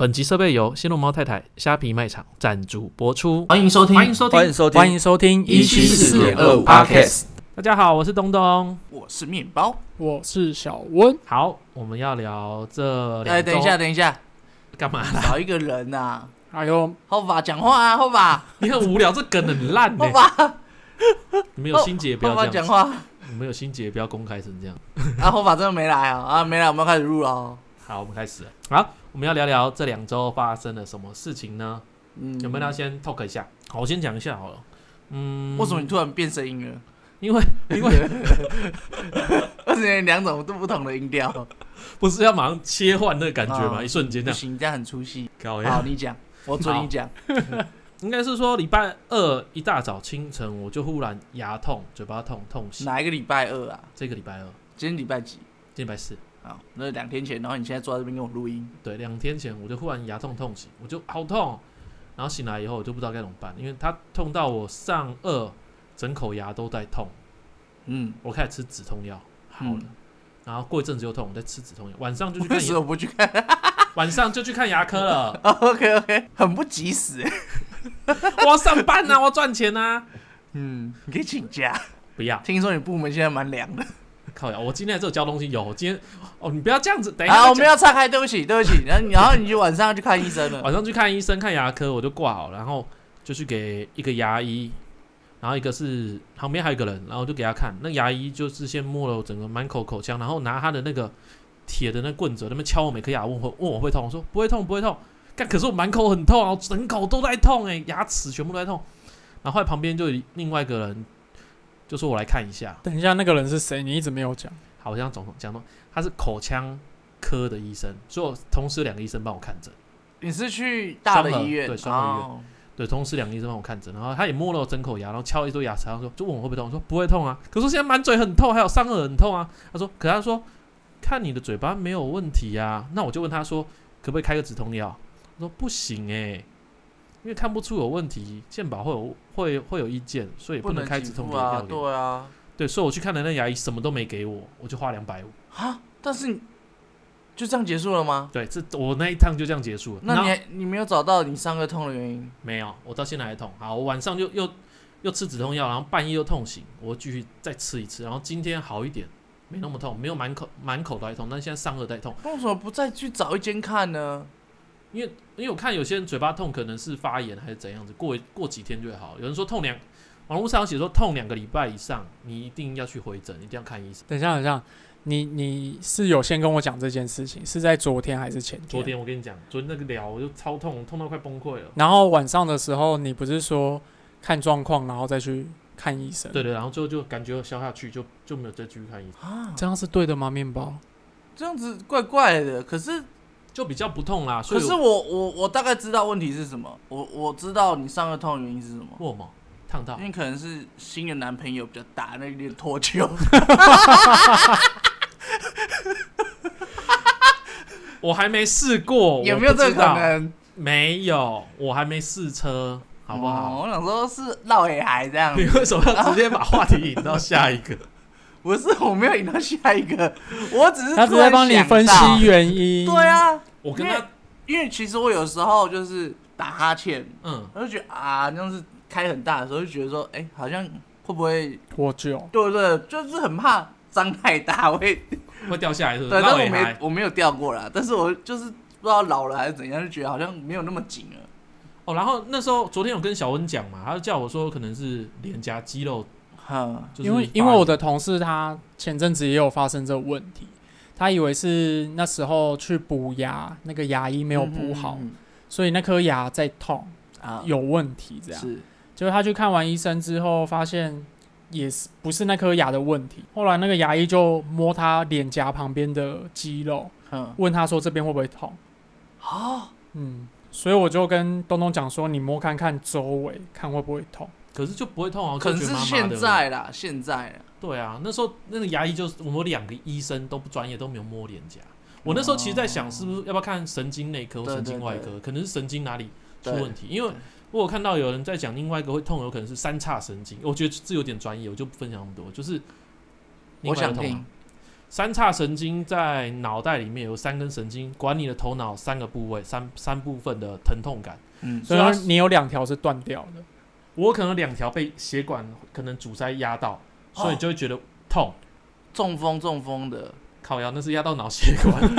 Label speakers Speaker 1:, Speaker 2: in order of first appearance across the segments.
Speaker 1: 本集设备由新龙猫太太虾皮卖场赞助播出。
Speaker 2: 欢迎收听，
Speaker 1: 欢迎收听，
Speaker 3: 欢迎收听，
Speaker 4: 欢迎收听
Speaker 3: 174.25
Speaker 2: Podcast。
Speaker 1: 大家好，我是东东。
Speaker 2: 我是面包。
Speaker 4: 我是小温，
Speaker 1: 好，我们要聊这
Speaker 2: 哎，
Speaker 1: 两周
Speaker 2: 等一下，等一下，
Speaker 1: 干嘛？
Speaker 2: 少一个人呐、
Speaker 4: 哎呦，
Speaker 2: 后吧，讲话啊，后吧，
Speaker 1: 你很无聊，这梗很烂呢、
Speaker 2: 后吧，
Speaker 1: 你们有心哎结不
Speaker 2: 后
Speaker 1: 要
Speaker 2: 吧
Speaker 1: 这
Speaker 2: 讲
Speaker 1: 样，
Speaker 2: 话。
Speaker 1: 你们有心结不要公开成这样。
Speaker 2: 啊，后吧真的没来啊，啊，没来，我们要开始录了哦。
Speaker 1: 好，我们开始了。好，我们要聊聊这两周发生了什么事情呢？
Speaker 2: 嗯
Speaker 1: 有没有要先 talk 一下？好，我先讲一下好了。嗯，
Speaker 2: 为什么你？突然变声音了？
Speaker 1: 因为因为
Speaker 2: 而且两种都不同的音调，
Speaker 1: 哦不是要马上切换那个感觉嘛，
Speaker 2: 啊
Speaker 1: 一瞬间这
Speaker 2: 不
Speaker 1: 样。
Speaker 2: 行，这样很出戏。
Speaker 1: 搞
Speaker 2: 好，你讲，我准你讲。
Speaker 1: 应该是说礼拜二一大早清晨，我就忽然牙痛、嘴巴痛、痛醒。
Speaker 2: 哪一个礼拜二啊？
Speaker 1: 这个礼拜二，
Speaker 2: 今天礼拜几？
Speaker 1: 今天礼拜四，
Speaker 2: 啊，那是两天前，然后你现在坐在这边跟我录音，
Speaker 1: 对，两天前我就忽然牙痛痛醒，我就好痛，然后醒来以后我就不知道该怎么办，因为它痛到我上颚整口牙都在痛，
Speaker 2: 嗯，
Speaker 1: 我开始吃止痛药，好了。
Speaker 2: 嗯
Speaker 1: 然后过一阵子又痛，我再吃止痛药。晚上就去
Speaker 2: 为
Speaker 1: 看
Speaker 2: 什
Speaker 1: 牙，
Speaker 2: 么不去看
Speaker 1: 晚上就去看牙科啊了。
Speaker 2: ？OK OK，很不及时。欸
Speaker 1: 我要上班呐、啊，我要赚钱呐、啊。
Speaker 2: 嗯，你可以请假。
Speaker 1: 不要
Speaker 2: 听说你部门现在蛮凉的。
Speaker 1: 靠呀！我今天还是有交东西，有我今天哦，你不要这样子。等一下再
Speaker 2: 啊，
Speaker 1: 讲，
Speaker 2: 我们要岔开，对不起，对不起。然后，然后你就晚上要去看医生 了。
Speaker 1: 晚上去看医生看牙科，我就挂好，然后就去给一个牙医，然后一个是旁边还有一个人，然后就给他看。那牙医就是先摸了我整个满口口腔，然后拿他的那个铁的那棍子，那边敲我每颗牙，啊问我问我会痛，我说不会痛不会痛。但可是我满口很痛啊，我整口都在痛哎、牙齿全部都在痛。然后后来旁边就有另外一个人就说我来看一下，
Speaker 4: 等一下那个人是谁？你一直没有讲。
Speaker 1: 好像总讲到他是口腔科的医生，所以我同时有两个医生帮我看诊。
Speaker 2: 你是去大的医院，
Speaker 1: 双河对双河医
Speaker 2: 哦
Speaker 1: 对，同时两个医生帮我看诊，然后他也摸了我整口牙，然后敲了一堆牙齿，然后说就问我会不会痛，我说不会痛啊，可是我现在满嘴很痛，还有上颚很痛啊。他说，可他说看你的嘴巴没有问题呀、那我就问他说可不可以开个止痛药？他说不行诶、因为看不出有问题，啊健保会有会会有意见，所以也
Speaker 2: 不
Speaker 1: 能开止
Speaker 2: 给
Speaker 1: 痛
Speaker 2: 付
Speaker 1: 药
Speaker 2: 啊，
Speaker 1: 给我。
Speaker 2: 对啊，
Speaker 1: 对，所以我去看的那牙医什么都没给我，我就花两百五。
Speaker 2: 啊，但是你就这样结束了吗？
Speaker 1: 对，这我那一趟就这样结束了。
Speaker 2: 那
Speaker 1: 然
Speaker 2: 你
Speaker 1: 后
Speaker 2: 还你没有找到你上个痛的原因？
Speaker 1: 没有，我到现在还痛。好，我晚上就又又吃止痛药，然后半夜又痛醒，我继续再吃一次，然后今天好一点，没那么痛，没有满口满口都在痛，但现在上颚在痛，
Speaker 2: 那为什么不再去找一间看呢？
Speaker 1: 因为因为我看有些人嘴巴痛可能是发炎还是怎样子，过一过几天就会好。有人说痛两，网络上有写说痛两个礼拜以上，你一定要去回诊，一定要看医生。
Speaker 4: 等一下，等一下，你你是有先跟我讲这件事情，是在昨天还是前天？
Speaker 1: 昨。天我跟你讲，昨天那个疗我就超痛，痛到快崩溃了。
Speaker 4: 然后晚上的时候，你不是说看状况，然后再去看医生？
Speaker 1: 对，对，然后最后就感觉有消下去，就就没有再继续看医生，
Speaker 2: 啊，
Speaker 4: 这样是对的吗？面包？
Speaker 2: 这样子怪怪的。可是
Speaker 1: 就比较不痛啦。所
Speaker 2: 可
Speaker 1: 以
Speaker 2: 是
Speaker 1: 我
Speaker 2: 我我我大概知道问题是什么，我我知道你上个痛的原因是什么。
Speaker 1: 为什么烫到
Speaker 2: 因？为可能是新的男朋友比较大，那有点脱臼。
Speaker 1: 我还没试过，
Speaker 2: 有
Speaker 1: 我
Speaker 2: 没有
Speaker 1: 不
Speaker 2: 这个
Speaker 1: 知
Speaker 2: 可
Speaker 1: 道？
Speaker 2: 能？
Speaker 1: 没有，我还没试车，好不好？
Speaker 2: 哦我想说是绕尾孩这样
Speaker 1: 你
Speaker 2: 子，
Speaker 1: 为什么要直接把话题引到下一 个？
Speaker 2: 不是我没有引到下一个，我只是
Speaker 4: 他只
Speaker 2: 突
Speaker 4: 在
Speaker 2: 然
Speaker 4: 帮你
Speaker 2: 想
Speaker 4: 分
Speaker 2: 到
Speaker 4: 析原因。
Speaker 2: 对，啊，
Speaker 1: 我跟他，
Speaker 2: 因为其实我有时候就是打哈欠，
Speaker 1: 嗯，
Speaker 2: 我就觉得啊，那样是开很大的时候，就觉得说，哎、好像会不会，
Speaker 4: 脱臼。
Speaker 2: 对不对？就是很怕张太大，我也
Speaker 1: 会掉下来是不是？
Speaker 2: 对，但
Speaker 1: 那
Speaker 2: 我
Speaker 1: 也
Speaker 2: 没
Speaker 1: 还
Speaker 2: 我没有掉过啦，但是我就是不知道老了还是怎样，就觉得好像没有那么紧了。
Speaker 1: 哦。然后那时候昨天有跟小温讲嘛，他就叫我说可能是脸颊肌肉，
Speaker 2: 哼，
Speaker 1: 就是
Speaker 4: 因为因为我的同事他前阵子也有发生这个问题，他以为是那时候去补牙，那个牙医没
Speaker 2: 没
Speaker 4: 有补好，
Speaker 1: 嗯
Speaker 2: 嗯
Speaker 4: 所以那颗牙在痛，
Speaker 2: 啊，
Speaker 4: 有问题这样。
Speaker 2: 是
Speaker 4: 结果他去看完医生之后，发现也是不是那颗牙的问题。后来那个牙医就摸他脸颊旁边的肌肉，
Speaker 2: 哼
Speaker 4: 问他说这边会不会痛？
Speaker 2: 啊，
Speaker 4: 嗯，所以我就跟东东讲说，你摸看看周围，看会不会痛。
Speaker 1: 可是就不会痛啊，
Speaker 2: 可
Speaker 1: 就
Speaker 2: 能
Speaker 1: 觉
Speaker 2: 是
Speaker 1: 得麻麻
Speaker 2: 现
Speaker 1: 的
Speaker 2: 在啦，现在啦，
Speaker 1: 对啊，那时候那个牙医就是我们两个医生都不专业，都没有摸脸颊。我那时候其实在想，是不是要不要看神经内科或
Speaker 2: 哦对
Speaker 1: 神经外科，
Speaker 2: 对
Speaker 1: 可能是神经哪里出
Speaker 2: 对
Speaker 1: 问题。因为
Speaker 2: 对
Speaker 1: 我有看到有人在讲另外一个会痛，有可能是三叉神经，我觉得这有点专业，我就不分享那么多。就是另
Speaker 2: 我
Speaker 1: 外一个
Speaker 2: 想
Speaker 1: 痛
Speaker 2: 听
Speaker 1: 啊，三叉神经在脑袋里面有三根神经，管你的头脑三个部位，三三部分的疼痛感。
Speaker 2: 嗯，
Speaker 4: 所以
Speaker 1: 它
Speaker 4: 说你有两条是断掉的，
Speaker 1: 我可能两条被血管可能阻塞压到，
Speaker 2: 哦
Speaker 1: 所以就会觉得痛。
Speaker 2: 中风中风的，
Speaker 1: 靠腰那是压到脑血 管，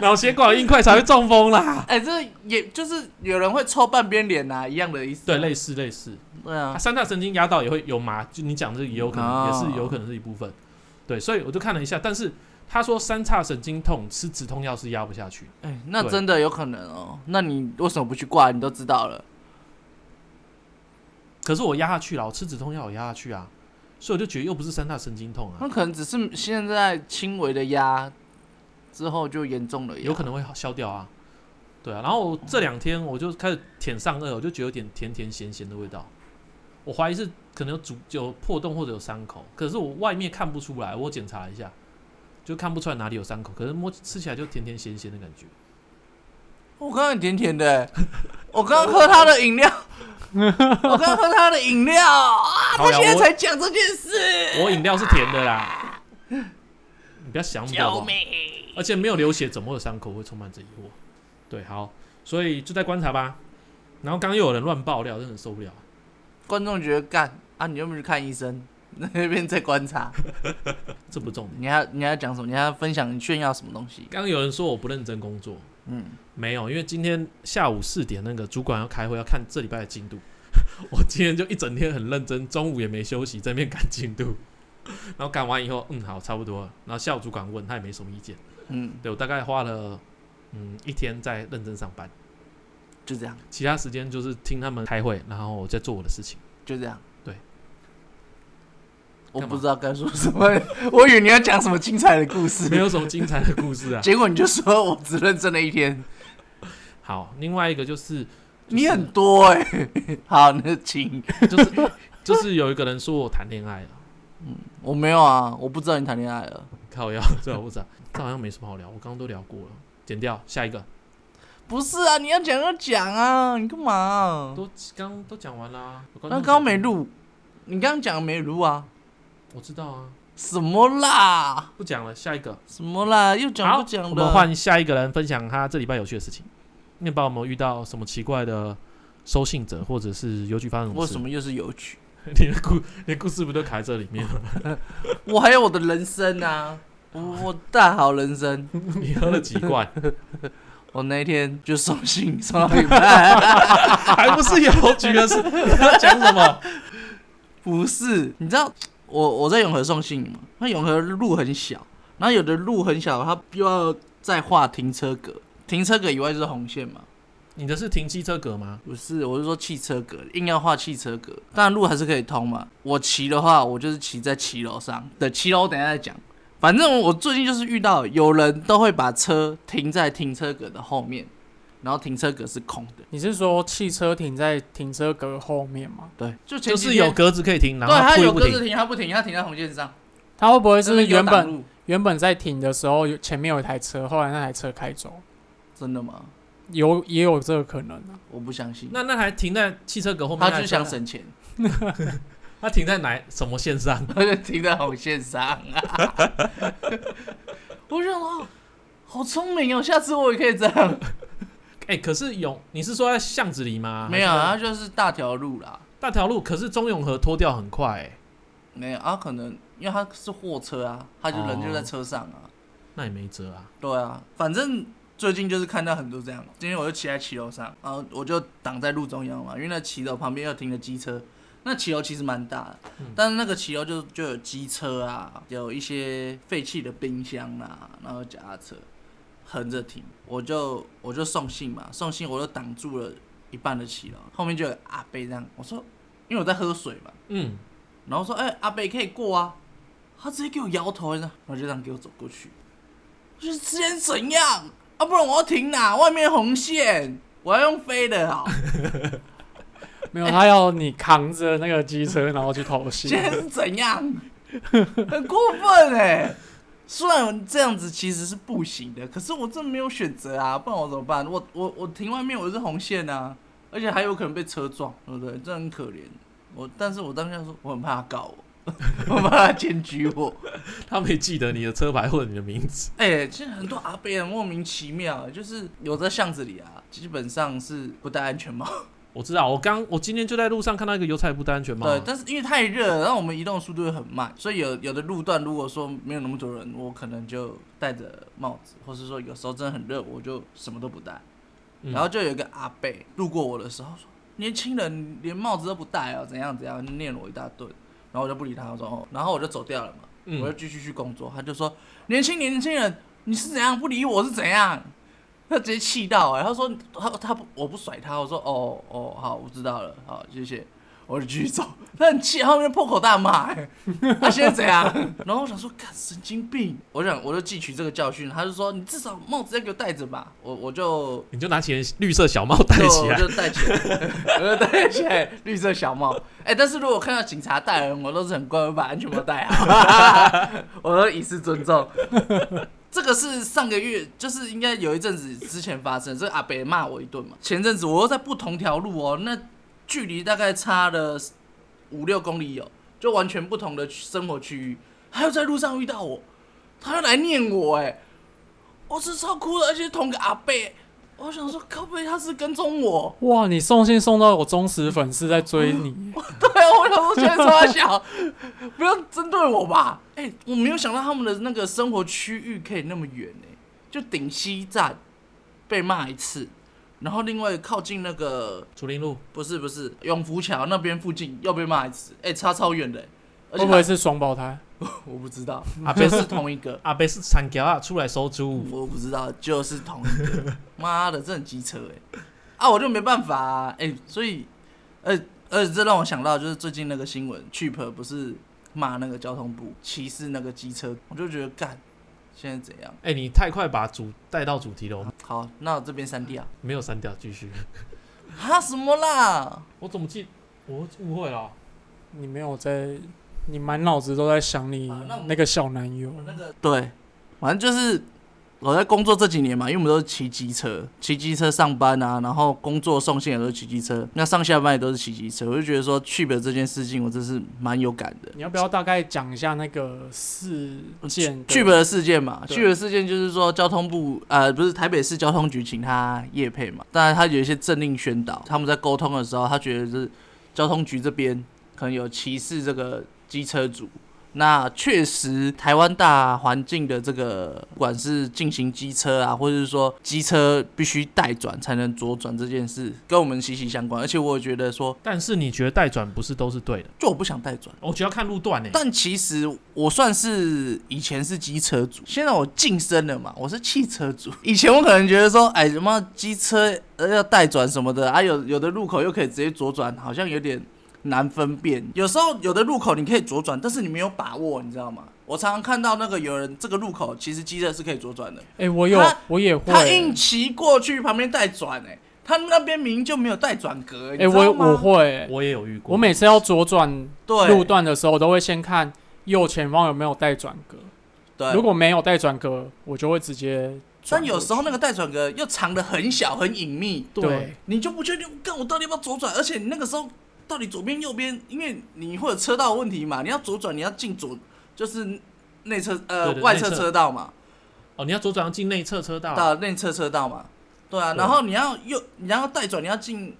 Speaker 1: 脑血管硬块才会中风啦。
Speaker 2: 哎、这也就是有人会抽半边脸啊呐、一样的意思。
Speaker 1: 对，类似类似，
Speaker 2: 对啊
Speaker 1: 啊、，三叉神经压到也会有麻，就你讲这个也有可能，
Speaker 2: 哦
Speaker 1: 也是有可能是一部分。对，所以我就看了一下，但是他说三叉神经痛吃止痛药是压不下去，
Speaker 2: 哎、那
Speaker 1: 对
Speaker 2: 真的有可能哦。那你为什么不去挂？你都知道了，
Speaker 1: 可是我压下去了，我吃止痛药我压下去啊，所以我就觉得又不是三叉神经痛啊
Speaker 2: 那，可能只是现在轻微的压，之后就严重了呀。
Speaker 1: 有可能会消掉啊。对啊，然后这两天我就开始舔上颚，我就觉得有点甜甜咸咸的味道，我怀疑是可能有阻有破洞或者有伤口，可是我外面看不出来，我检查一下就看不出来哪里有伤口，可是摸吃起来就甜甜咸咸的感觉。
Speaker 2: 我刚刚甜甜的、欸我刚刚喝他的饮 料，我刚刚喝他的饮料啊！
Speaker 1: 好
Speaker 2: 他
Speaker 1: 呀
Speaker 2: 现在
Speaker 1: 我
Speaker 2: 才讲这件 事，
Speaker 1: 我饮料是甜的啦，你不要想我好
Speaker 2: 救
Speaker 1: 不好
Speaker 2: 命！
Speaker 1: 而且没有流血，怎么会有伤口？会充满着疑惑。对，好，所以就在观察吧。然后刚刚又有人乱爆料，真的很受不了。
Speaker 2: 观众觉得干啊，你又没有去看医生，那边在观察，
Speaker 1: 这不重点。
Speaker 2: 你还你还要讲什么？你还要分享你炫耀什么东西？
Speaker 1: 刚刚有人说我不认真工作，
Speaker 2: 嗯，
Speaker 1: 没有，因为今天下午四点那个主管要开会，要看这礼拜的进度。 我今天就一整天很认真，中午也没休息，在那边赶进度。然后赶完以后，嗯，好，差不多了。然后下午主管问，他也没什么意见。
Speaker 2: 嗯，
Speaker 1: 对我大概花了嗯一天在认真上班。
Speaker 2: 就这样，
Speaker 1: 其他时间就是听他们开会，然后我在做我的事情。
Speaker 2: 就这样。
Speaker 1: 对，
Speaker 2: 我
Speaker 1: 干嘛
Speaker 2: 不知道该说什么， 我以为你要讲什么精彩的故
Speaker 1: 没
Speaker 2: 事，
Speaker 1: 有什么精彩的故事 啊。
Speaker 2: 结果你就说我只认真了一天，
Speaker 1: 好，另外一个就是，就是
Speaker 2: 你很多哎、 好，那请，
Speaker 1: 就是就是有一个人说我谈恋爱了，
Speaker 2: 我没有啊，我不知道你谈恋爱了。
Speaker 1: 靠腰，这我不知道，这好像没什么好聊，我刚刚都聊过了，剪掉下一个，
Speaker 2: 不是啊，你要讲就讲啊，你干嘛啊、
Speaker 1: 都刚都讲完啦。我
Speaker 2: 那刚刚没，录，你刚刚讲没录啊？
Speaker 1: 我知道啊，
Speaker 2: 什么啦？
Speaker 1: 不讲了，下一个，
Speaker 2: 什么啦？又讲
Speaker 1: 好
Speaker 2: 不讲
Speaker 1: 我
Speaker 2: 的？
Speaker 1: 们换下一个人分享他这礼拜有趣的事情。面包有没有遇到什么奇怪的收信者，或者是邮局发生
Speaker 2: 为
Speaker 1: 事
Speaker 2: 什？么又是邮局？
Speaker 1: 你的故你的故事不都卡在这里面 了？
Speaker 2: 我还有我的人生啊，我我大好人生。
Speaker 1: 你喝了几罐？
Speaker 2: 我那一天就送信送到一半，
Speaker 1: 还不是邮局的 事？你要讲什么？
Speaker 2: 不是，你知道我我在永和送信嘛？那永和路很小，然后有的路很小，它又要再画停车格，停车格以外就是红线嘛。
Speaker 1: 你的是停机车格吗？
Speaker 2: 不是，我是说汽车格，硬要画汽车格，当然路还是可以通嘛。我骑的话，我就是骑在骑楼上的，骑楼我等一下再讲。反正我最近就是遇到有人都会把车停在停车格的后面，然后停车格是空的。
Speaker 4: 你是说汽车停在停车格后面吗？
Speaker 2: 对，就前
Speaker 1: 就
Speaker 2: 几
Speaker 1: 是
Speaker 2: 天
Speaker 1: 有格子可以停，然
Speaker 2: 对，他
Speaker 1: 后
Speaker 2: 有
Speaker 1: 不
Speaker 2: 格
Speaker 1: 不
Speaker 2: 子
Speaker 1: 停。
Speaker 2: 停，他不停，他停在红线上。
Speaker 4: 它会不会
Speaker 2: 但
Speaker 4: 是原
Speaker 2: 呃挡
Speaker 4: 本
Speaker 2: 路
Speaker 4: 原本在停的时候，有前面有一台车，后来那台车开走，
Speaker 2: 真的吗？
Speaker 4: 有也有这个可能啊。
Speaker 2: 我不相信。
Speaker 1: 那那还停在汽车格后面，
Speaker 2: 他就想，省钱，
Speaker 1: 他停在哪什么线上？
Speaker 2: 他就停在红线上、 啊。我想说，好聪明哦，下次我也可以这样。
Speaker 1: 哎、可是永，你是说在巷子里吗？
Speaker 2: 没有，
Speaker 1: 啊
Speaker 2: 啊
Speaker 1: 还
Speaker 2: 它
Speaker 1: 是
Speaker 2: 就是大条路啦。
Speaker 1: 大条路，可是中永和脱掉很快、哎，
Speaker 2: 没有啊，可能因为它是货车啊，他就人
Speaker 1: 哦
Speaker 2: 就在车上啊。
Speaker 1: 那也没辙啊。
Speaker 2: 对啊，反正最近就是看到很多这样。今天我就骑在骑楼上，然后我就挡在路中央嘛，因为那骑楼旁边又停了机车。那骑楼其实蛮大的，
Speaker 1: 嗯
Speaker 2: 但是那个骑楼就就有机车啊，有一些废弃的冰箱啊，然后脚踏车横着停，我就我就送信嘛，送信我就挡住了一半的骑楼，后面就有阿贝这样，我说因为我在喝水嘛，
Speaker 1: 嗯，
Speaker 2: 然后说：“哎、阿北可以过啊。”他直接给我摇头，然后就这样给我走过去。我说：“之前怎样？啊，不然我要停哪？外面红线，我要用飞的啊好。
Speaker 4: 没有，他要你扛着那个机车，然后去偷 袭
Speaker 2: 今。天是怎样？很过分哎、虽然这样子其实是不行的，可是我真的没有选择啊，不然我怎么办？我我我停外面我是红线啊，而且还有可能被车撞，对不对？这很可怜。我但是我当下说我很怕他告我， 我怕他检举我。
Speaker 1: 他没记得你的车牌或者你的名字。
Speaker 2: 哎、其实很多阿伯很啊莫名其妙，就是有在巷子里啊，基本上是不戴安全帽。
Speaker 1: 我知道，我刚我今天就在路上看到一个邮差不戴安全帽啊，
Speaker 2: 对，但是因为太热了，然后我们移动速度又很慢，所以有有的路段如果说没有那么多人，我可能就戴着帽子，或是说有时候真的很热，我就什么都不戴。
Speaker 1: 嗯
Speaker 2: 然后就有一个阿伯路过我的时候说：“年轻人连帽子都不戴啊，怎样怎样，念我一大顿。”然后我就不理他，我说：“哦。”然后我就走掉了嘛，我就
Speaker 1: 嗯，
Speaker 2: 继续去工作。他就说：“年轻年轻人，你是怎样不理我是怎样？”他直接气到哎、他说：“他他不我不甩他。”我说：“哦哦，好，我知道了，好，谢谢。”我就继续走，他很气，后面破口大骂、哎，他现在怎样？然后我想说，干神经病！我想，我就汲取这个教训。他就说，你至少帽子要给我戴着吧。我我就
Speaker 1: 你就拿起绿色小帽戴
Speaker 2: 就
Speaker 1: 起来
Speaker 2: 我。就戴起来，我就戴起来绿色小帽。哎、但是如果看到警察带人，我都是很乖，我会把安全帽戴好， 我都以示尊重。 这个是上个月，就是应该有一阵子之前发生，这个阿北骂我一顿嘛。前阵子我又在不同条路哦，那距离大概差了五六公里有，哦就完全不同的生活区域，他又在路上遇到我，他又来念我、哎，我是超哭的，而且是同个阿贝。我想说，靠背他是跟踪我，
Speaker 4: 哇，你送信送到我忠实粉丝在追你，
Speaker 2: 对，啊我想 说现在超小，不要针对我吧。哎、我没有想到他们的那个生活区域可以那么远哎、就顶西站被骂一次，然后另外靠近那个
Speaker 1: 竹林路，
Speaker 2: 不是不是永福桥那边附近又被骂一次，哎、差超远的、哎 而
Speaker 4: 会
Speaker 2: 且
Speaker 4: 不
Speaker 2: 他
Speaker 4: 会是双胞胎？
Speaker 2: 我不知道，
Speaker 1: 阿
Speaker 2: 这
Speaker 1: 贝
Speaker 2: 是
Speaker 1: 是，
Speaker 2: 同一个
Speaker 1: 阿贝是产条啊，出来收租。
Speaker 2: 我不知道，就是同一个。妈的，这很机车哎、啊，我就没办法啊，哎、所以，呃，而且这让我想到，就是最近那个新闻 c h e p 不是骂那个交通部歧视那个机车，我就觉得干，现在怎样？
Speaker 1: 哎、你太快把主带到主题了，我们
Speaker 2: 好，那我这边删掉。
Speaker 1: 没有删掉，继续。
Speaker 2: 哈什么啦？
Speaker 1: 我怎么记？我误会了。
Speaker 4: 你没有在，你满脑子都在想你
Speaker 2: 啊那我
Speaker 4: 那个小男友。
Speaker 2: 对，反正就是我在工作这几年嘛，因为我们都是骑机车，骑机车上班啊，然后工作送信也都是骑机车，那上下班也都是骑机车，我就觉得说去北这件事情，我真是蛮有感的。
Speaker 4: 你要不要大概讲一下那个事件？
Speaker 2: 去北的事件嘛，
Speaker 4: 对
Speaker 2: 去北的事件就是说交通部呃不是台北市交通局请他业配嘛，当然他有一些政令宣导，他们在沟通的时候，他觉得是交通局这边可能有歧视这个机车族。那确实，台湾大环境的这个，不管是进行机车啊，或者是说机车必须带转才能左转这件事，跟我们息息相关。而且我也觉得说，
Speaker 1: 但是你觉得带转不是都是对的？
Speaker 2: 就我不想带转。
Speaker 1: 我觉得要看路段欸呢、
Speaker 2: 但其实我算是以前是机车主，现在我晋升了嘛，我是汽车主。 以前我可能觉得说，哎，什么机车呃要带转什么的啊，有有的路口又可以直接左转，好像有点难分辨。有时候有的路口你可以左转，但是你没有把握，你知道吗？我常常看到那个有人这个路口其实机车是可以左转的，
Speaker 4: 哎、我有
Speaker 2: 他，
Speaker 4: 我也会、
Speaker 2: 他硬骑过去旁边带转，哎，他那边明明就没有带转格，你知
Speaker 4: 哎、我
Speaker 2: 道吗？
Speaker 4: 我会、欸
Speaker 1: 我也有遇过。
Speaker 4: 我每次要左转路
Speaker 2: 对
Speaker 4: 段的时候，我都会先看右前方有没有带转格。
Speaker 2: 对，
Speaker 4: 如果没有带转格，我就会直接
Speaker 2: 但
Speaker 4: 转过去。
Speaker 2: 有时候那个带转格又藏得很小很隐秘，
Speaker 1: 对
Speaker 4: 对，
Speaker 2: 你就不确定，干我到底要不要左转？而且你那个时候到底左边右边，因为你会有车道问题嘛，你要左转，你要进左，就是内侧呃
Speaker 1: 对对
Speaker 2: 外
Speaker 1: 内
Speaker 2: 侧
Speaker 1: 侧
Speaker 2: 车道嘛，
Speaker 1: 哦，你要左转要进内侧车道，啊
Speaker 2: 到内侧车道嘛，对啊，
Speaker 1: 对
Speaker 2: 然后你要右，你要带转，你要进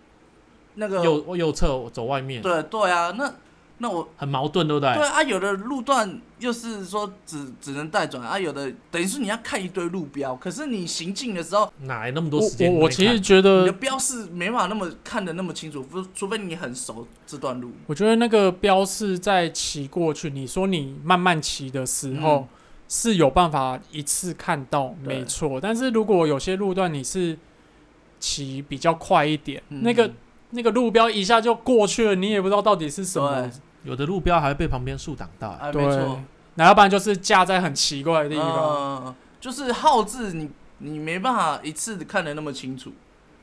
Speaker 2: 那个
Speaker 1: 右右侧走外面，
Speaker 2: 对对啊，那那我
Speaker 1: 很矛盾，对不对？
Speaker 2: 对啊，有的路段又是说只只能带转啊，有的等于是你要看一堆路标，可是你行进的时候，
Speaker 1: 哪来那么多
Speaker 4: 我
Speaker 1: 时间
Speaker 4: 我
Speaker 1: 可以看？
Speaker 4: 我其实觉
Speaker 1: 呃
Speaker 2: 你的
Speaker 4: 得，
Speaker 2: 标示没办法那么看得那么清楚，除除非你很熟这段路。
Speaker 4: 我觉得那个标示在骑过去，你说你慢慢骑的时候、
Speaker 2: 嗯
Speaker 4: 是有办法一次看到，
Speaker 2: 对
Speaker 4: 没错。但是如果有些路段你是骑比较快一点，
Speaker 2: 嗯
Speaker 4: 那个那个路标一下就过去了，你也不知道到底是什么
Speaker 2: 对。
Speaker 1: 有的路标还会被旁边树挡到、哎
Speaker 2: 哎，没
Speaker 4: 对
Speaker 2: 错，，
Speaker 4: 那要不然就是架在很奇怪的地方。
Speaker 2: 嗯，就是号字你你没办法一次看得那么清楚，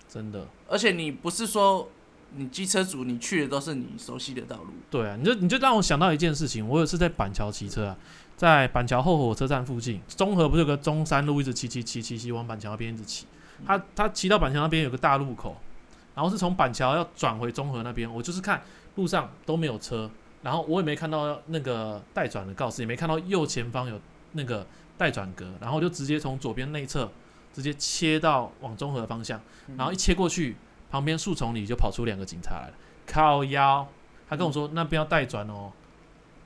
Speaker 1: 真的。
Speaker 2: 而且你不是说你机车组你去的都是你熟悉的道路，
Speaker 1: 对啊，你就你就让我想到一件事情，我有一次在板桥骑车啊，在板桥后火车站附近，中和不是有个中山路，一直骑骑骑骑骑往板桥那边一直骑，他他骑到板桥那边有个大路口，然后是从板桥要转回中和那边，我就是看路上都没有车，然后我也没看到那个待转的告示，也没看到右前方有那个待转格，然后我就直接从左边内侧直接切到往中和的方向，然后一切过去，旁边树丛里就跑出两个警察来了，靠腰，他跟我说、那边要待转哦，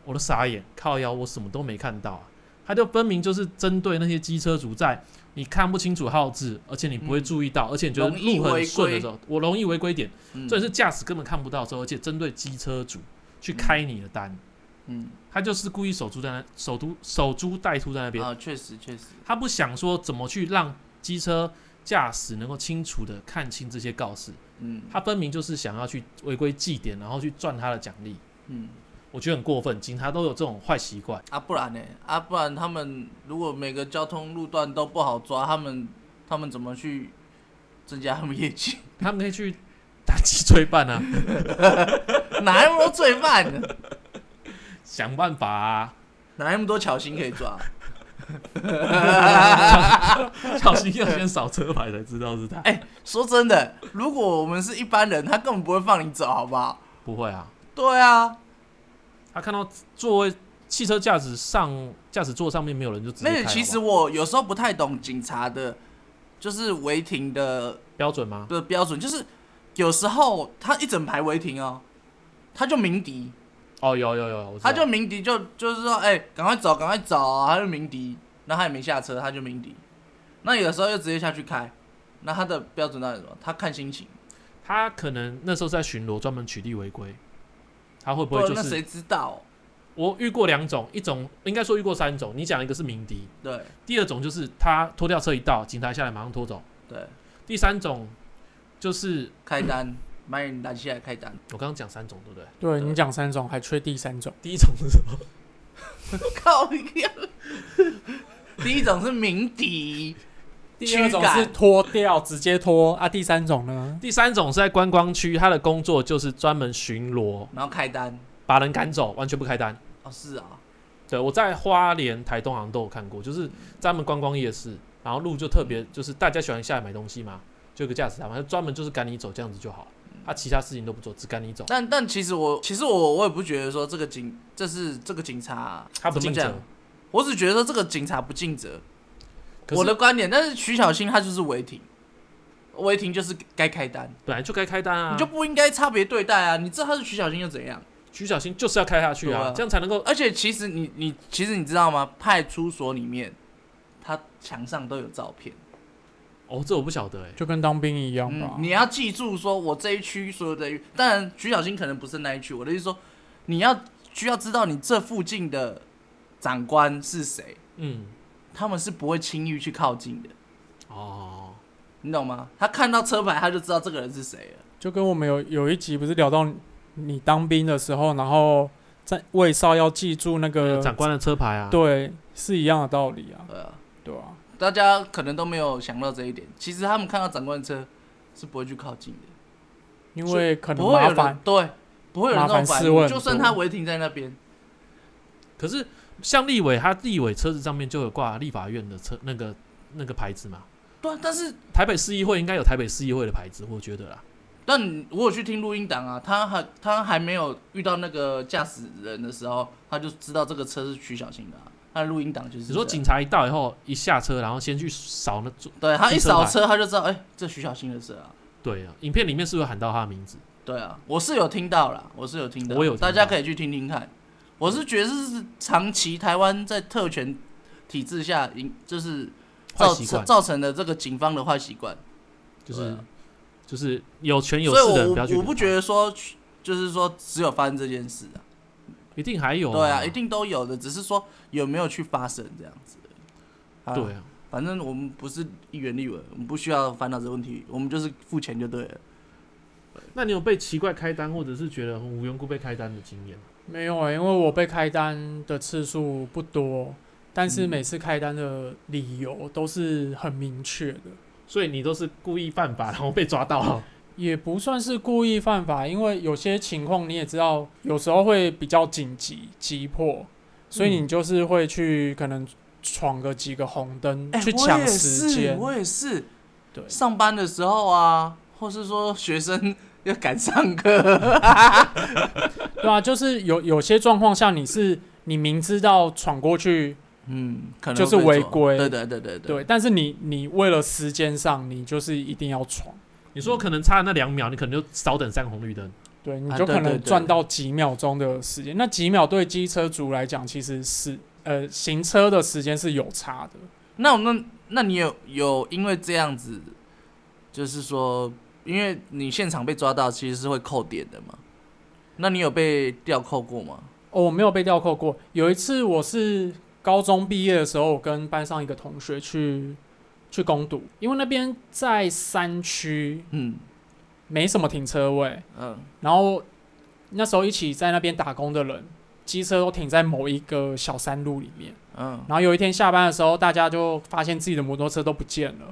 Speaker 1: 我都傻眼，靠腰，我什么都没看到啊，他就分明就是针对那些机车族在。你看不清楚号志，而且你不会
Speaker 2: 嗯
Speaker 1: 注意到，而且你觉得
Speaker 2: 容易
Speaker 1: 路
Speaker 2: 违
Speaker 1: 很顺的
Speaker 2: 规
Speaker 1: 时候，我容易违规点，
Speaker 2: 嗯
Speaker 1: 这也是驾驶根本看不到的时候，而且针对机车主去开你的单，
Speaker 2: 嗯，
Speaker 1: 他就是故意守株待那守株守株待兔在那边，
Speaker 2: 啊，确实确实，
Speaker 1: 他不想说怎么去让机车驾驶能够清楚的看清这些告示，
Speaker 2: 嗯，
Speaker 1: 他分明就是想要去违规记点，然后去赚他的奖励，
Speaker 2: 嗯
Speaker 1: 我觉得很过分，警察都有这种坏习惯，
Speaker 2: 啊，不然呢？啊，不然他们如果每个交通路段都不好抓，他们他们怎么去增加他们业绩？
Speaker 1: 他们可以去打击 罪犯啊，
Speaker 2: 哪那么多罪犯？
Speaker 1: 想办法啊，
Speaker 2: 哪那么多巧心可以抓？
Speaker 1: 小心要先扫车牌才知道是
Speaker 2: 哎
Speaker 1: 他，
Speaker 2: 说真的，如果我们是一般人，他根本不会放你走，好不好？
Speaker 1: 不会啊，
Speaker 2: 对啊，
Speaker 1: 他看到座位汽车驾驶上驾驶座上面没有人就直接
Speaker 2: 那
Speaker 1: 开
Speaker 2: 个其实
Speaker 1: 好不
Speaker 2: 我有时候不太懂警察的，就是违停的
Speaker 1: 好标准吗？
Speaker 2: 的标准，就是有时候他一整排违停哦，他就鸣笛，
Speaker 1: 哦，有有有，我知道
Speaker 2: 他就鸣笛就就是说，哎、赶快走，赶快走、啊，他就鸣笛，然后他也没下车，他就鸣笛。那有时候就直接下去开，那他的标准到底是什么？他看心情，
Speaker 1: 他可能那时候在巡逻，专门取缔违规，他会不
Speaker 2: 不
Speaker 1: 会
Speaker 2: 然
Speaker 1: 就
Speaker 2: 那
Speaker 1: 是
Speaker 2: 谁知道？
Speaker 1: 我遇过两种，一种应该说遇过三种，你讲一个是鸣笛，
Speaker 2: 对
Speaker 1: 第二种就是他拖掉车一到，警察下来马上拖走，
Speaker 2: 对，
Speaker 1: 第三种就是
Speaker 2: 开单，把你拦下来开单。
Speaker 1: 我刚刚讲三种对不对？
Speaker 4: 对
Speaker 2: 对
Speaker 4: 你讲三种，还缺第三种。
Speaker 1: 第一种是什么？
Speaker 2: 靠呀！第一种是鸣笛，
Speaker 4: 第二种是
Speaker 2: 驱赶
Speaker 4: 脱掉，直接脱啊。第三种呢？
Speaker 1: 第三种是在观光区，他的工作就是专门巡逻，
Speaker 2: 然后开单。
Speaker 1: 把人赶走，完全不开单。
Speaker 2: 哦，是啊，
Speaker 1: 对，我在花莲、台东好像都有看过，就是在他们观光夜市，然后路就特
Speaker 2: 嗯
Speaker 1: 别，就是大家喜欢下来买东西嘛，就有个驾驶台嘛，他专门就是赶你走这样子就好，
Speaker 2: 嗯
Speaker 1: 他其他事情都不做，只赶你走，
Speaker 2: 但但其实我其实我我也不觉得说这个警这是这个警察
Speaker 1: 他不
Speaker 2: 怎
Speaker 1: 尽
Speaker 2: 么
Speaker 1: 责
Speaker 2: 讲，。我只觉得说这个警察不尽责，
Speaker 1: 可
Speaker 2: 我
Speaker 1: 是
Speaker 2: 的观点。但是徐小新他就是违停，违停就是该开单，
Speaker 1: 本来就该开单啊，
Speaker 2: 你就不应该差别对待啊！你知道他是徐小新又怎样？
Speaker 1: 徐小新就是要开下去
Speaker 2: 对
Speaker 1: 啊
Speaker 2: 啊，
Speaker 1: 这样才能够
Speaker 2: 而且其实你你其实你知道吗？派出所里面，他墙上都有照片。
Speaker 1: 哦，这我不晓得哎、
Speaker 4: 就跟当啊兵一样吧。
Speaker 2: 嗯你要记住，说我这一区所有的，当然徐小新可能不是那一区。我的意思说，你要需要知道你这附近的长官是谁，
Speaker 1: 嗯，
Speaker 2: 他们是不会轻易去靠近的，
Speaker 1: 哦，
Speaker 2: 你懂吗？他看到车牌，他就知道这个人是谁了。
Speaker 4: 就跟我们有有一集不是聊到你你当兵的时候，然后在卫哨要记住那个
Speaker 1: 长官的车牌啊，
Speaker 4: 对，是一样的道理啊，
Speaker 2: 对啊，
Speaker 4: 对啊。
Speaker 2: 大家可能都没有想到这一点。其实他们看到长官的车是不会去靠近的，
Speaker 4: 因为可能
Speaker 2: 不会
Speaker 4: 麻
Speaker 2: 有
Speaker 4: 烦
Speaker 2: 人，对，不会有人
Speaker 4: 麻
Speaker 2: 那
Speaker 4: 烦
Speaker 2: 种反
Speaker 4: 试问
Speaker 2: 应。就算他违停在那边，
Speaker 1: 可是像立伟，他立伟车子上面就有挂立法院的车那个那个牌子嘛，
Speaker 2: 对啊，但是
Speaker 1: 台北市议会应该有台北市议会的牌子，我觉得啦。
Speaker 2: 但我有去听录音档啊，他还他还没有遇到那个驾驶人的时候，他就知道这个车是徐小新的、啊。他的录音档就是
Speaker 1: 你说
Speaker 2: 这样
Speaker 1: 警察一到以后，一下车，然后先去扫那座
Speaker 2: 对他一扫
Speaker 1: 汽
Speaker 2: 车，他就知道，哎、这徐小新的车啊。
Speaker 1: 对啊，影片里面是不是喊到他的名字？
Speaker 2: 对啊，我是有听到啦，我是有听到，
Speaker 1: 我有听到
Speaker 2: 大家可以去听听看。我是觉得这是长期台湾在特权体制下，引就是
Speaker 1: 坏
Speaker 2: 造
Speaker 1: 习惯
Speaker 2: 造成的这个警方的坏习惯。
Speaker 1: 就是、
Speaker 2: 对啊
Speaker 1: 就是有权有
Speaker 2: 所以
Speaker 1: 势的人不要去
Speaker 2: 我我不
Speaker 1: 理他
Speaker 2: 觉得说，就是说只有发生这件事啊。
Speaker 1: 一定还有
Speaker 2: 对啊，一定都有的，只是说有没有去发生这样子。啊
Speaker 1: 对，啊，
Speaker 2: 反正我们不是议员立委，我们不需要烦恼这个问题，我们就是付钱就对了。
Speaker 1: 那你有被奇怪开单，或者是觉得很无缘故被开单的经验吗？
Speaker 4: 没有欸，因为我被开单的次数不多，但是每次开单的理由都是很明确的，
Speaker 1: 所以你都是故意犯法，然后被抓到 了。
Speaker 4: 也不算是故意犯法，因为有些情况你也知道，有时候会比较紧急急迫，所以
Speaker 1: 嗯
Speaker 4: 你就是会去可能闯个几个红灯、
Speaker 2: 哎
Speaker 4: 去
Speaker 2: 我
Speaker 4: 抢
Speaker 2: 也是，
Speaker 4: 时间，
Speaker 2: 我也是
Speaker 4: 对
Speaker 2: 上班的时候啊，或是说学生要赶上课，
Speaker 4: 对啊，就是有有些状况下你是你明知道闯过去，
Speaker 2: 嗯，可能
Speaker 4: 就是
Speaker 2: 会被
Speaker 4: 违
Speaker 2: 抓
Speaker 4: 规
Speaker 2: 对对对对
Speaker 4: 对，但是你你为了时间上，你就是一定要闯，
Speaker 1: 你说可能差那两秒，你可能就少等三个红绿灯。
Speaker 4: 对，你
Speaker 2: 啊
Speaker 4: 就
Speaker 2: 对
Speaker 4: 可
Speaker 2: 对
Speaker 4: 能
Speaker 2: 对
Speaker 4: 赚到几秒钟的时间。那几秒对机车族来讲，其实是呃行车的时间是有差的。
Speaker 2: 那我们那你有有因为这样子，就是说，因为你现场被抓到，其实是会扣点的嘛？那你有被吊扣过吗？
Speaker 4: 哦，我没有被吊扣过。有一次我是高中毕业的时候，我跟班上一个同学去去攻读，因为那边在山区
Speaker 2: 嗯
Speaker 4: 没什么停车位，
Speaker 2: 嗯
Speaker 4: 然后那时候一起在那边打工的人，机车都停在某一个小山路里面。
Speaker 2: 嗯，
Speaker 4: 然后有一天下班的时候，大家就发现自己的摩托车都不见了，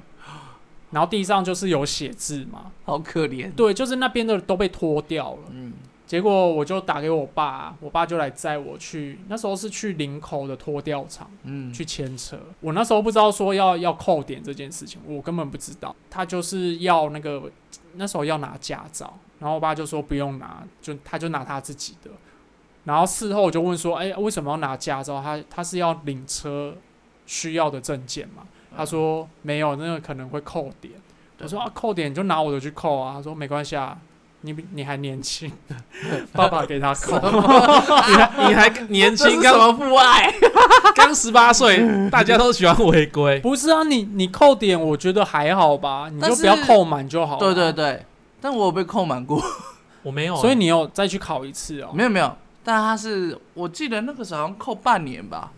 Speaker 4: 然后地上就是有血渍嘛，
Speaker 2: 好可怜。
Speaker 4: 对，就是那边的都被拖掉了。
Speaker 2: 嗯
Speaker 4: 结果我就打给我爸，我爸就来载我去，那时候是去林口的拖吊厂
Speaker 2: 嗯，
Speaker 4: 去牵车。我那时候不知道说要要扣点这件事情，我根本不知道。他就是要那个那时候要拿驾照，然后我爸就说不用拿，就他就拿他自己的。然后事后我就问说，哎、为什么要拿驾照？他他是要领车需要的证件嘛？他说没有，那个可能会扣点。
Speaker 2: 嗯对
Speaker 4: 我说啊，扣点你就拿我的去扣啊。他说没关系啊，你比你还 年轻，爸爸给他扣。
Speaker 1: 你还你还年
Speaker 2: 这
Speaker 1: 轻，
Speaker 2: 是什
Speaker 1: 刚
Speaker 2: 么父爱？
Speaker 1: 刚十八 岁，大家都喜欢违规。
Speaker 4: 不是啊，你你扣点我觉得还好吧，你
Speaker 2: 但
Speaker 4: 就是不要扣满就好。啊
Speaker 2: 对对。对，但我有被扣满过，
Speaker 1: 我没有、啊
Speaker 4: 所以你有再去考一次哦、
Speaker 2: 没有没有，但他是我记得那个时候好像扣半年吧，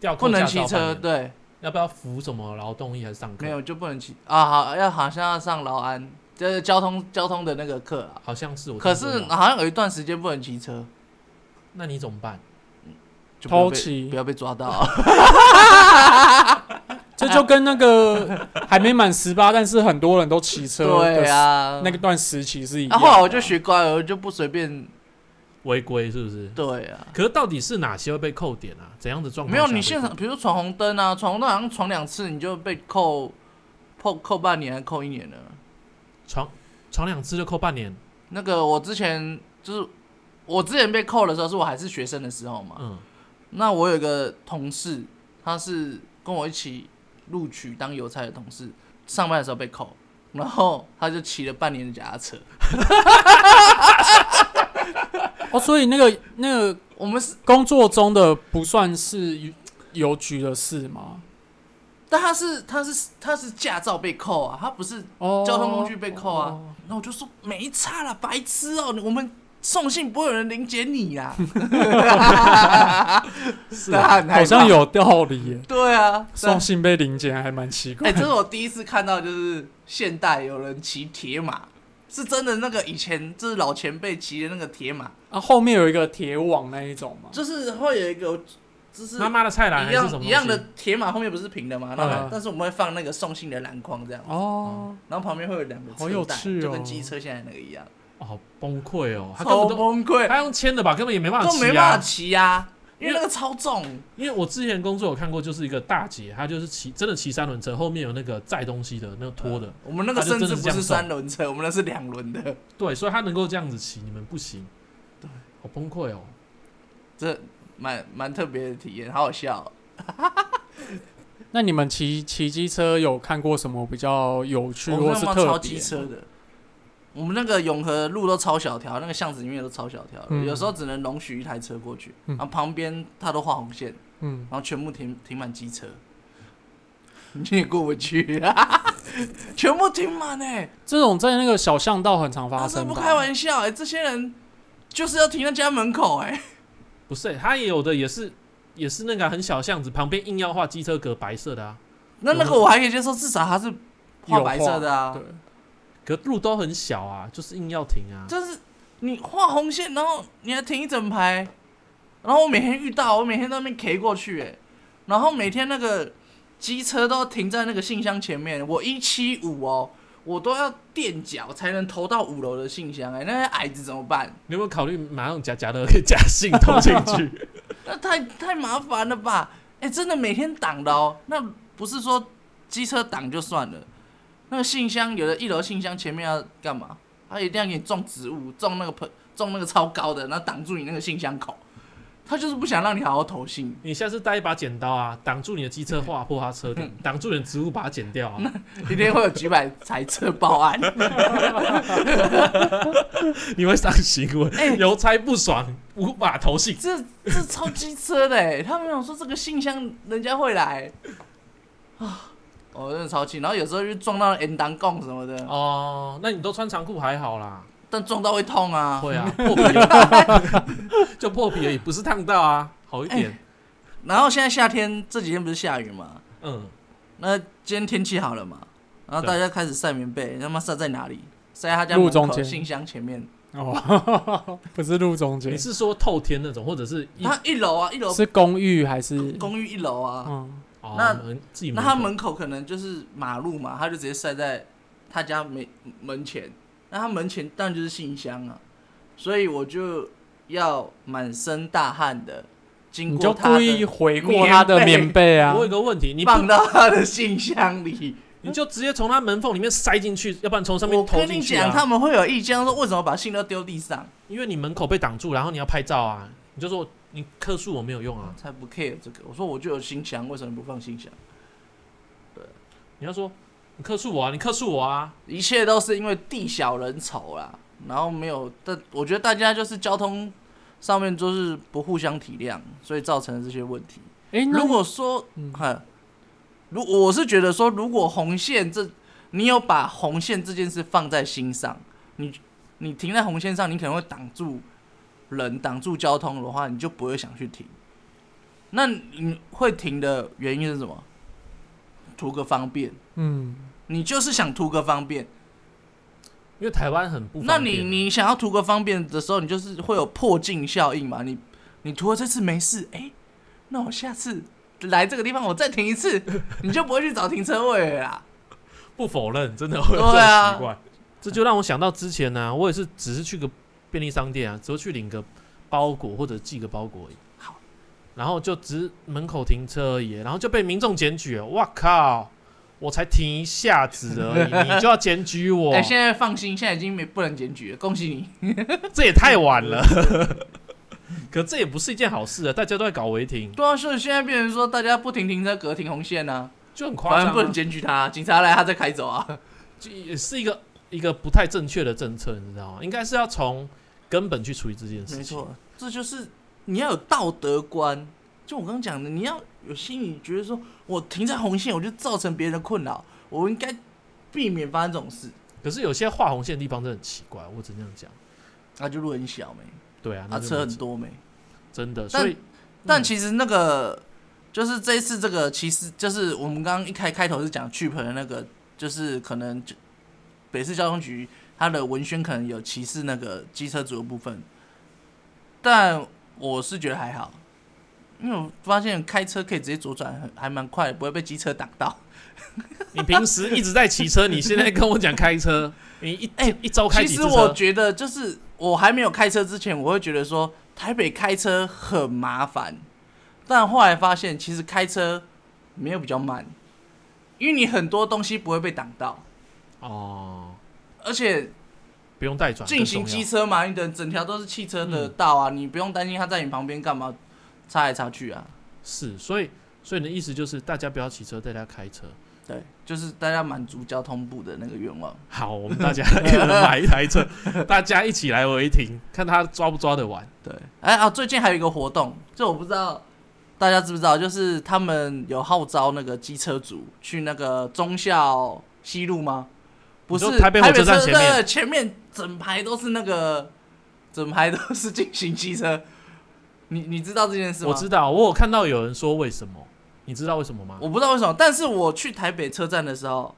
Speaker 1: 掉
Speaker 2: 不
Speaker 1: 扣
Speaker 2: 能
Speaker 1: 驾
Speaker 2: 骑
Speaker 1: 照半
Speaker 2: 车，
Speaker 1: 年，
Speaker 2: 对，
Speaker 1: 要不要服什么劳动役还是上课？
Speaker 2: 没，有就不能骑啊，好要好像要上劳安，就是交通交通的那个课啊。
Speaker 1: 好像是我听
Speaker 2: 可
Speaker 1: 说
Speaker 2: 是
Speaker 1: 的
Speaker 2: 好像有一段时间不能骑车，
Speaker 1: 那你怎么办？
Speaker 2: 就不要
Speaker 4: 偷
Speaker 2: 被
Speaker 4: 骑
Speaker 2: 不要被抓到啊。
Speaker 4: 这就跟那个还没满十八， 但是很多人都骑车的
Speaker 2: 对啊，
Speaker 4: 那个段时期是一
Speaker 2: 啊，
Speaker 4: 样的啊。
Speaker 2: 后来我就学乖了，我就不随便。
Speaker 1: 违规是不是？
Speaker 2: 对啊，
Speaker 1: 可是到底是哪些会被扣点啊？怎样的状况
Speaker 2: 没
Speaker 1: 下
Speaker 2: 有
Speaker 1: 被扣？
Speaker 2: 你现场，比如说闯红灯啊，闯红灯好像闯两次你就被扣，扣扣半年还扣一年了。
Speaker 1: 闯闯两次就扣半年，
Speaker 2: 那个我之前就是我之前被扣的时候，是我还是学生的时候嘛。
Speaker 1: 嗯，
Speaker 2: 那我有一个同事，他是跟我一起录取当邮差的同事，上班的时候被扣，然后他就骑了半年的脚踏车。
Speaker 4: 哦，所以那个那个
Speaker 2: 我们是，
Speaker 4: 工作中的不算是邮邮局的事吗？
Speaker 2: 但他是他是他是驾照被扣啊，他不是
Speaker 4: 哦，
Speaker 2: 交通工具被扣啊
Speaker 4: 哦。
Speaker 2: 那我就说没差啦，白痴哦、我们送信不会有人理解你啦。是啊，很害怕
Speaker 4: 好像。有道理耶。
Speaker 2: 对啊，
Speaker 4: 送信被零检还蛮奇
Speaker 2: 哎、
Speaker 4: 怪。
Speaker 2: 欸，这是我第一次看到，就是现代有人骑铁马，是真的那个以前就是老前辈骑的那个铁马，
Speaker 4: 啊，后面有一个铁网那一种嘛。
Speaker 2: 就是会有一个就是
Speaker 1: 妈妈的菜篮
Speaker 2: 一
Speaker 1: 还是什么
Speaker 2: 样一样
Speaker 1: 东西
Speaker 2: 的铁马后面不是平的嘛，然后
Speaker 4: 嗯
Speaker 2: 但是我们会放那个送信的篮筐这样，
Speaker 4: 哦，
Speaker 2: 然后旁边会有两个
Speaker 4: 好有
Speaker 2: 车带，
Speaker 4: 趣哦
Speaker 2: 就跟机车现在那个一样，
Speaker 1: 哦，好崩溃哦！他根
Speaker 2: 超
Speaker 1: 本都
Speaker 2: 崩溃，
Speaker 1: 他用签的吧，根本也没办法
Speaker 2: 都没
Speaker 1: 骑
Speaker 2: 办法
Speaker 1: 啊。
Speaker 2: 骑啊，
Speaker 1: 因
Speaker 2: 因为
Speaker 1: 为
Speaker 2: 那个超重，
Speaker 1: 因为我之前工作有看过，就是一个大姐，她就是骑真的骑三轮车，后面有那个载东西的那个拖的，
Speaker 2: 我们那个
Speaker 1: 他就
Speaker 2: 甚
Speaker 1: 真的
Speaker 2: 至
Speaker 1: 是这
Speaker 2: 不
Speaker 1: 样
Speaker 2: 是三轮车，我们那是两轮的，
Speaker 1: 对，所以她能够这样子骑，你们不行，对，好崩溃哦。
Speaker 2: 这蛮蛮特别的体验，好好笑哦、
Speaker 4: 那你们骑骑机车有看过什么比较有趣
Speaker 2: 我
Speaker 4: 或
Speaker 2: 们
Speaker 4: 是
Speaker 2: 那么
Speaker 4: 特
Speaker 2: 超
Speaker 4: 别
Speaker 2: 机？车的，我们那个永和路都超小条，那个巷子里面都超小条的，
Speaker 4: 嗯
Speaker 2: 有时候只能容许一台车过去，
Speaker 4: 嗯
Speaker 2: 然后旁边它都画红线，
Speaker 4: 嗯，
Speaker 2: 然后全部停停满机车，你也过不去， 全部停满哎、
Speaker 4: 这种在那个小巷道很常发
Speaker 2: 啊，这
Speaker 4: 生吧。
Speaker 2: 不开玩笑哎、这些人就是要停在家门口哎、
Speaker 1: 不是、欸，他也有的也是也是那个啊很小巷子旁边硬要画机车格白色的啊，
Speaker 2: 那那个我还可以接受，至少它是画白色的啊
Speaker 4: 对，，
Speaker 1: 可路都很小啊，就是硬要停啊。
Speaker 2: 就是你画红线，然后你还停一整排，然后我每天遇到，我每天在那边 K 过去、欸，然后每天那个机车都停在那个信箱前面，我一七五哦，我都要垫脚才能投到五楼的信箱、欸，哎，那些矮子怎么办？
Speaker 1: 你有没有考虑马上夹夹的可以夹信投进 去？
Speaker 2: 那太太麻烦了吧？哎、真的每天挡的哦，那不是说机车挡就算了，那个信箱有的一楼信箱前面要干嘛？他一定要给你种植物，种那个盆，种那个超高的，然后挡住你那个信箱口。他就是不想让你好好投信，
Speaker 1: 你下次带一把剪刀啊，挡住你的机车划破它车
Speaker 2: 嗯
Speaker 1: 顶，挡住你的植物把它剪掉啊！
Speaker 2: 一定会有几百台车报案。
Speaker 1: 你会上新
Speaker 2: 哎
Speaker 1: 闻，邮差不爽，无法投 信。
Speaker 2: 这这超机车的欸，他们想说这个信箱人家会来啊，我真的超气。然后有时候就撞到 N 单杠什么的，
Speaker 1: 哦，那你都穿长裤还好啦，
Speaker 2: 但撞到会痛啊。
Speaker 1: 会 啊，破皮而已， 就破皮而已，不是烫到啊，好一
Speaker 2: 哎
Speaker 1: 点。
Speaker 2: 然后现在夏天这几天不是下雨嘛，
Speaker 1: 嗯，
Speaker 2: 那今天天气好了嘛，然后大家开始晒棉被，他妈晒在哪里？晒在他家
Speaker 4: 路
Speaker 2: 门
Speaker 4: 中
Speaker 2: 口
Speaker 4: 间
Speaker 2: 信箱前面。
Speaker 4: 哦， 不是路中间
Speaker 1: 你，是说透天那种，或者是一
Speaker 2: 他一楼啊，一楼
Speaker 4: 是公寓还是？
Speaker 2: 公寓一楼啊，
Speaker 4: 嗯，
Speaker 1: 哦
Speaker 2: 那
Speaker 1: 门自己
Speaker 2: 那
Speaker 1: 门
Speaker 2: 他
Speaker 1: 口
Speaker 2: 门口可能就是马路嘛，他就直接晒在他家门门前。那他门前当然就是信箱啊，所以我就要满身大汗的经
Speaker 4: 你就
Speaker 2: 过他
Speaker 4: 故意
Speaker 2: 的，
Speaker 4: 回过他的棉被啊
Speaker 1: 我？有个问题，你不
Speaker 2: 放到他的信箱里。
Speaker 1: 你就直接从他门缝里面塞进去，要不然从上
Speaker 2: 我
Speaker 1: 面投
Speaker 2: 跟你
Speaker 1: 进去
Speaker 2: 讲，
Speaker 1: 啊
Speaker 2: 他。们会有意见说为什么把信都丢地上，
Speaker 1: 因为你门口被挡住，然后你要拍照啊，你就说你客诉我没有用啊，
Speaker 2: 才不 care 这个。我说我就有信箱，为什么不放信箱？
Speaker 1: 你要说你客诉我啊，你客诉我啊，
Speaker 2: 一切都是因为地小人稠啦，然后没有，但我觉得大家就是交通上面就是不互相体谅，所以造成了这些问题。
Speaker 4: 哎，那
Speaker 2: 如果说
Speaker 4: 嗯，
Speaker 2: 哈，如我是觉得说，如果红线这，你有把红线这件事放在心上，你你停在红线上，你可能会挡住人、挡住交通的话，你就不会想去停。那你会停的原因是什么？图个方便，
Speaker 4: 嗯，
Speaker 2: 你就是想图个方便。
Speaker 1: 因为台湾很不
Speaker 2: 那
Speaker 1: 方便啊
Speaker 2: 你你想要图个方便的时候，你就是会有破镜效应嘛？你你图了这次没事，哎、那我下次来这个地方我再停一次， 你就不会去找停车位了啦。
Speaker 1: 不否认，真的会有这
Speaker 2: 对啊
Speaker 1: 种习惯。这就让我想到之前呢、我也是只是去个便利商店啊，只会去领个包裹或者寄个包裹而已。
Speaker 2: 好，
Speaker 1: 然后就只是门口停车而已，然后就被民众检举了。哇靠！我才停一下子而已， 你就要检举我
Speaker 2: 哎、，现在放心，现在已经没不能检举了，恭喜你。
Speaker 1: 这也太晚了。 可这也不是一件好事啊，大家都在搞违停，
Speaker 2: 对啊，所以现在变成说大家不停停车格停红线呢、
Speaker 1: 就很
Speaker 2: 啊，
Speaker 1: 夸
Speaker 2: 反
Speaker 1: 张、
Speaker 2: 正不能
Speaker 1: 啊，
Speaker 2: 检举他，警察来他再开走 啊。
Speaker 1: 这也是一个一个不太正确的政策，你知道吗？应该是要从根本去处理这件事
Speaker 2: 没
Speaker 1: 情。
Speaker 2: 错，这就是你要有道德观。就我刚刚讲的，你要有心理觉得说，我停在红线，我就造成别人的困扰，我应该避免发生这种事。
Speaker 1: 可是有些画红线的地方真的很奇怪，我只能这样讲。
Speaker 2: 那就路很小没，
Speaker 1: 对啊，
Speaker 2: 啊
Speaker 1: 那就
Speaker 2: 车
Speaker 1: 没
Speaker 2: 很
Speaker 1: 辙
Speaker 2: 多没。
Speaker 1: 真的，
Speaker 2: 但
Speaker 1: 所以
Speaker 2: 但
Speaker 1: 嗯
Speaker 2: 其实那个就是这一次这个，其实就是我们刚刚一开开头是讲去盆的那个，就是可能就北市交通局它的文宣可能有歧视那个机车族的部分，但我是觉得还好，因为我发现开车可以直接左转，很还蛮快的，不会被机车挡到。
Speaker 1: 你平时一直在骑 车，你现在跟我讲开车，你一
Speaker 2: 哎
Speaker 1: 一周开
Speaker 2: 其
Speaker 1: 几次
Speaker 2: 实我
Speaker 1: 车？
Speaker 2: 觉得就是我还没有开车之前，我会觉得说台北开车很麻烦，但后来发现其实开车没有比较慢，因为你很多东西不会被挡到，
Speaker 1: 哦，
Speaker 2: 而且
Speaker 1: 不用带转，
Speaker 2: 进行
Speaker 1: 更重
Speaker 2: 机
Speaker 1: 要
Speaker 2: 车嘛，你的整条都是汽车的道
Speaker 1: 嗯
Speaker 2: 啊，你不用担心它在你旁边干嘛擦来擦去啊。
Speaker 1: 是，所以所以你的意思就是大家不要骑车，大家开车。
Speaker 2: 对，就是大家满足交通部的那个愿望。
Speaker 1: 好，我们大家一人买一台 车，大家一起来违停，看他抓不抓得完。
Speaker 2: 对，哎啊，最近还有一个活动，这我不知道大家知不知道，就是他们有号召那个机车族去那个忠孝西路吗？不
Speaker 1: 你
Speaker 2: 是
Speaker 1: 说台北火车站前面
Speaker 2: 对前面整排都是那个，整排都是进行机车。你你知道这件事吗？
Speaker 1: 我知道，我有看到有人说为什么，你知道为什么吗？
Speaker 2: 我不知道为什么，但是我去台北车站的时候，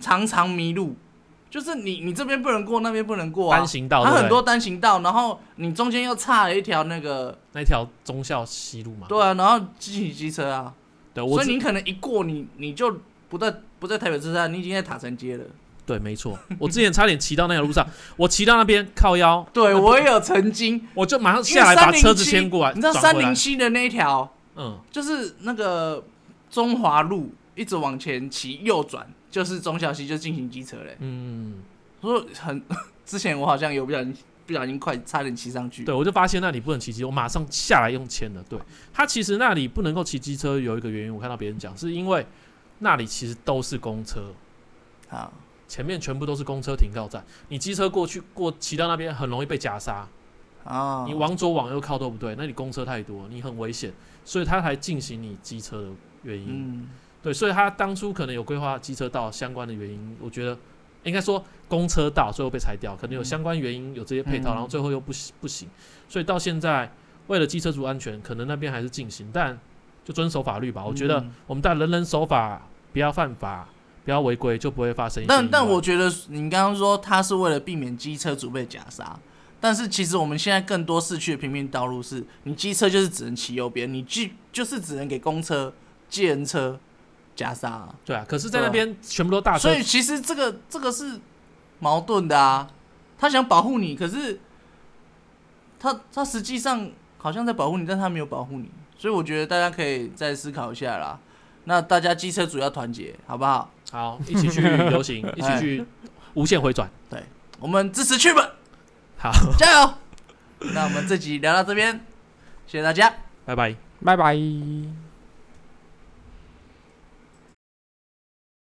Speaker 2: 常常迷路，就是你你这边不能过，那边不能过啊
Speaker 1: 单。行道，
Speaker 2: 它
Speaker 1: 对不
Speaker 2: 很
Speaker 1: 对
Speaker 2: 多单行道，然后你中间又岔了一条那个
Speaker 1: 那条忠孝西路嘛。
Speaker 2: 对啊，然后自己机车啊，
Speaker 1: 对，我
Speaker 2: 所以
Speaker 1: 知
Speaker 2: 你可能一过你你就不在不在台北车站，你已经在塔城街了。
Speaker 1: 对，没错，我之前差点骑到那条路 上，我骑到那边靠腰，
Speaker 2: 对我也有曾经，
Speaker 1: 我就马上
Speaker 2: 因
Speaker 1: 下来
Speaker 2: 为
Speaker 1: 把
Speaker 2: 三
Speaker 1: 车
Speaker 2: 零
Speaker 1: 子
Speaker 2: 七，
Speaker 1: 牵过来，
Speaker 2: 你知道
Speaker 1: 转
Speaker 2: 三
Speaker 1: 回来
Speaker 2: 零七的那一条
Speaker 1: 嗯，
Speaker 2: 就是那个中华路一直往前骑右转就是中小西就进行机车嘞，
Speaker 1: 嗯，
Speaker 2: 所以很之前我好像有不小心不小心快差点骑上去，
Speaker 1: 对，我就发现那里不能骑机，我马上下来用签的。对，它其实那里不能够骑机车，有一个原因，我看到别人讲，是因为那里其实都是公车，
Speaker 2: 好，
Speaker 1: 前面全部都是公车停靠站，你机车过去过骑到那边很容易被夹杀，
Speaker 2: 啊，
Speaker 1: 你往左往右靠都不对，那里公车太多，你很危险，所以他才进行你机车的原因。
Speaker 2: 嗯，
Speaker 1: 对，所以他当初可能有规划机车道相关的原因，我觉得应该说公车道最后被拆掉，可能有
Speaker 2: 嗯
Speaker 1: 相关原因，有这些配套，
Speaker 2: 嗯
Speaker 1: 然后最后又不行不行，所以到现在为了机车族安全，可能那边还是进行，但就遵守法律吧。我觉得
Speaker 2: 嗯
Speaker 1: 我们大家人人守法，不要犯法，不要违规，就不会发生一些意外。
Speaker 2: 但但我觉得你刚刚说他是为了避免机车主被夹杀，但是其实我们现在更多市区的平面道路是，你机车就是只能骑右边，你机就是只能给公车、计人车夹杀啊、
Speaker 1: 对啊，可是，在
Speaker 2: 对啊
Speaker 1: 那边全部都大车
Speaker 2: 所以其实这个这个是矛盾的啊。他想保护你，可是他他实际上好像在保护你，但他没有保护你。所以我觉得大家可以再思考一下啦。那大家机车主要团结，好不好？
Speaker 1: 好一起去游行，一起去无限回转。
Speaker 2: 我们支持剧本，
Speaker 1: 好，
Speaker 2: 加油！那我们这集聊到这边，谢谢大家。
Speaker 1: 拜拜。
Speaker 4: 拜拜。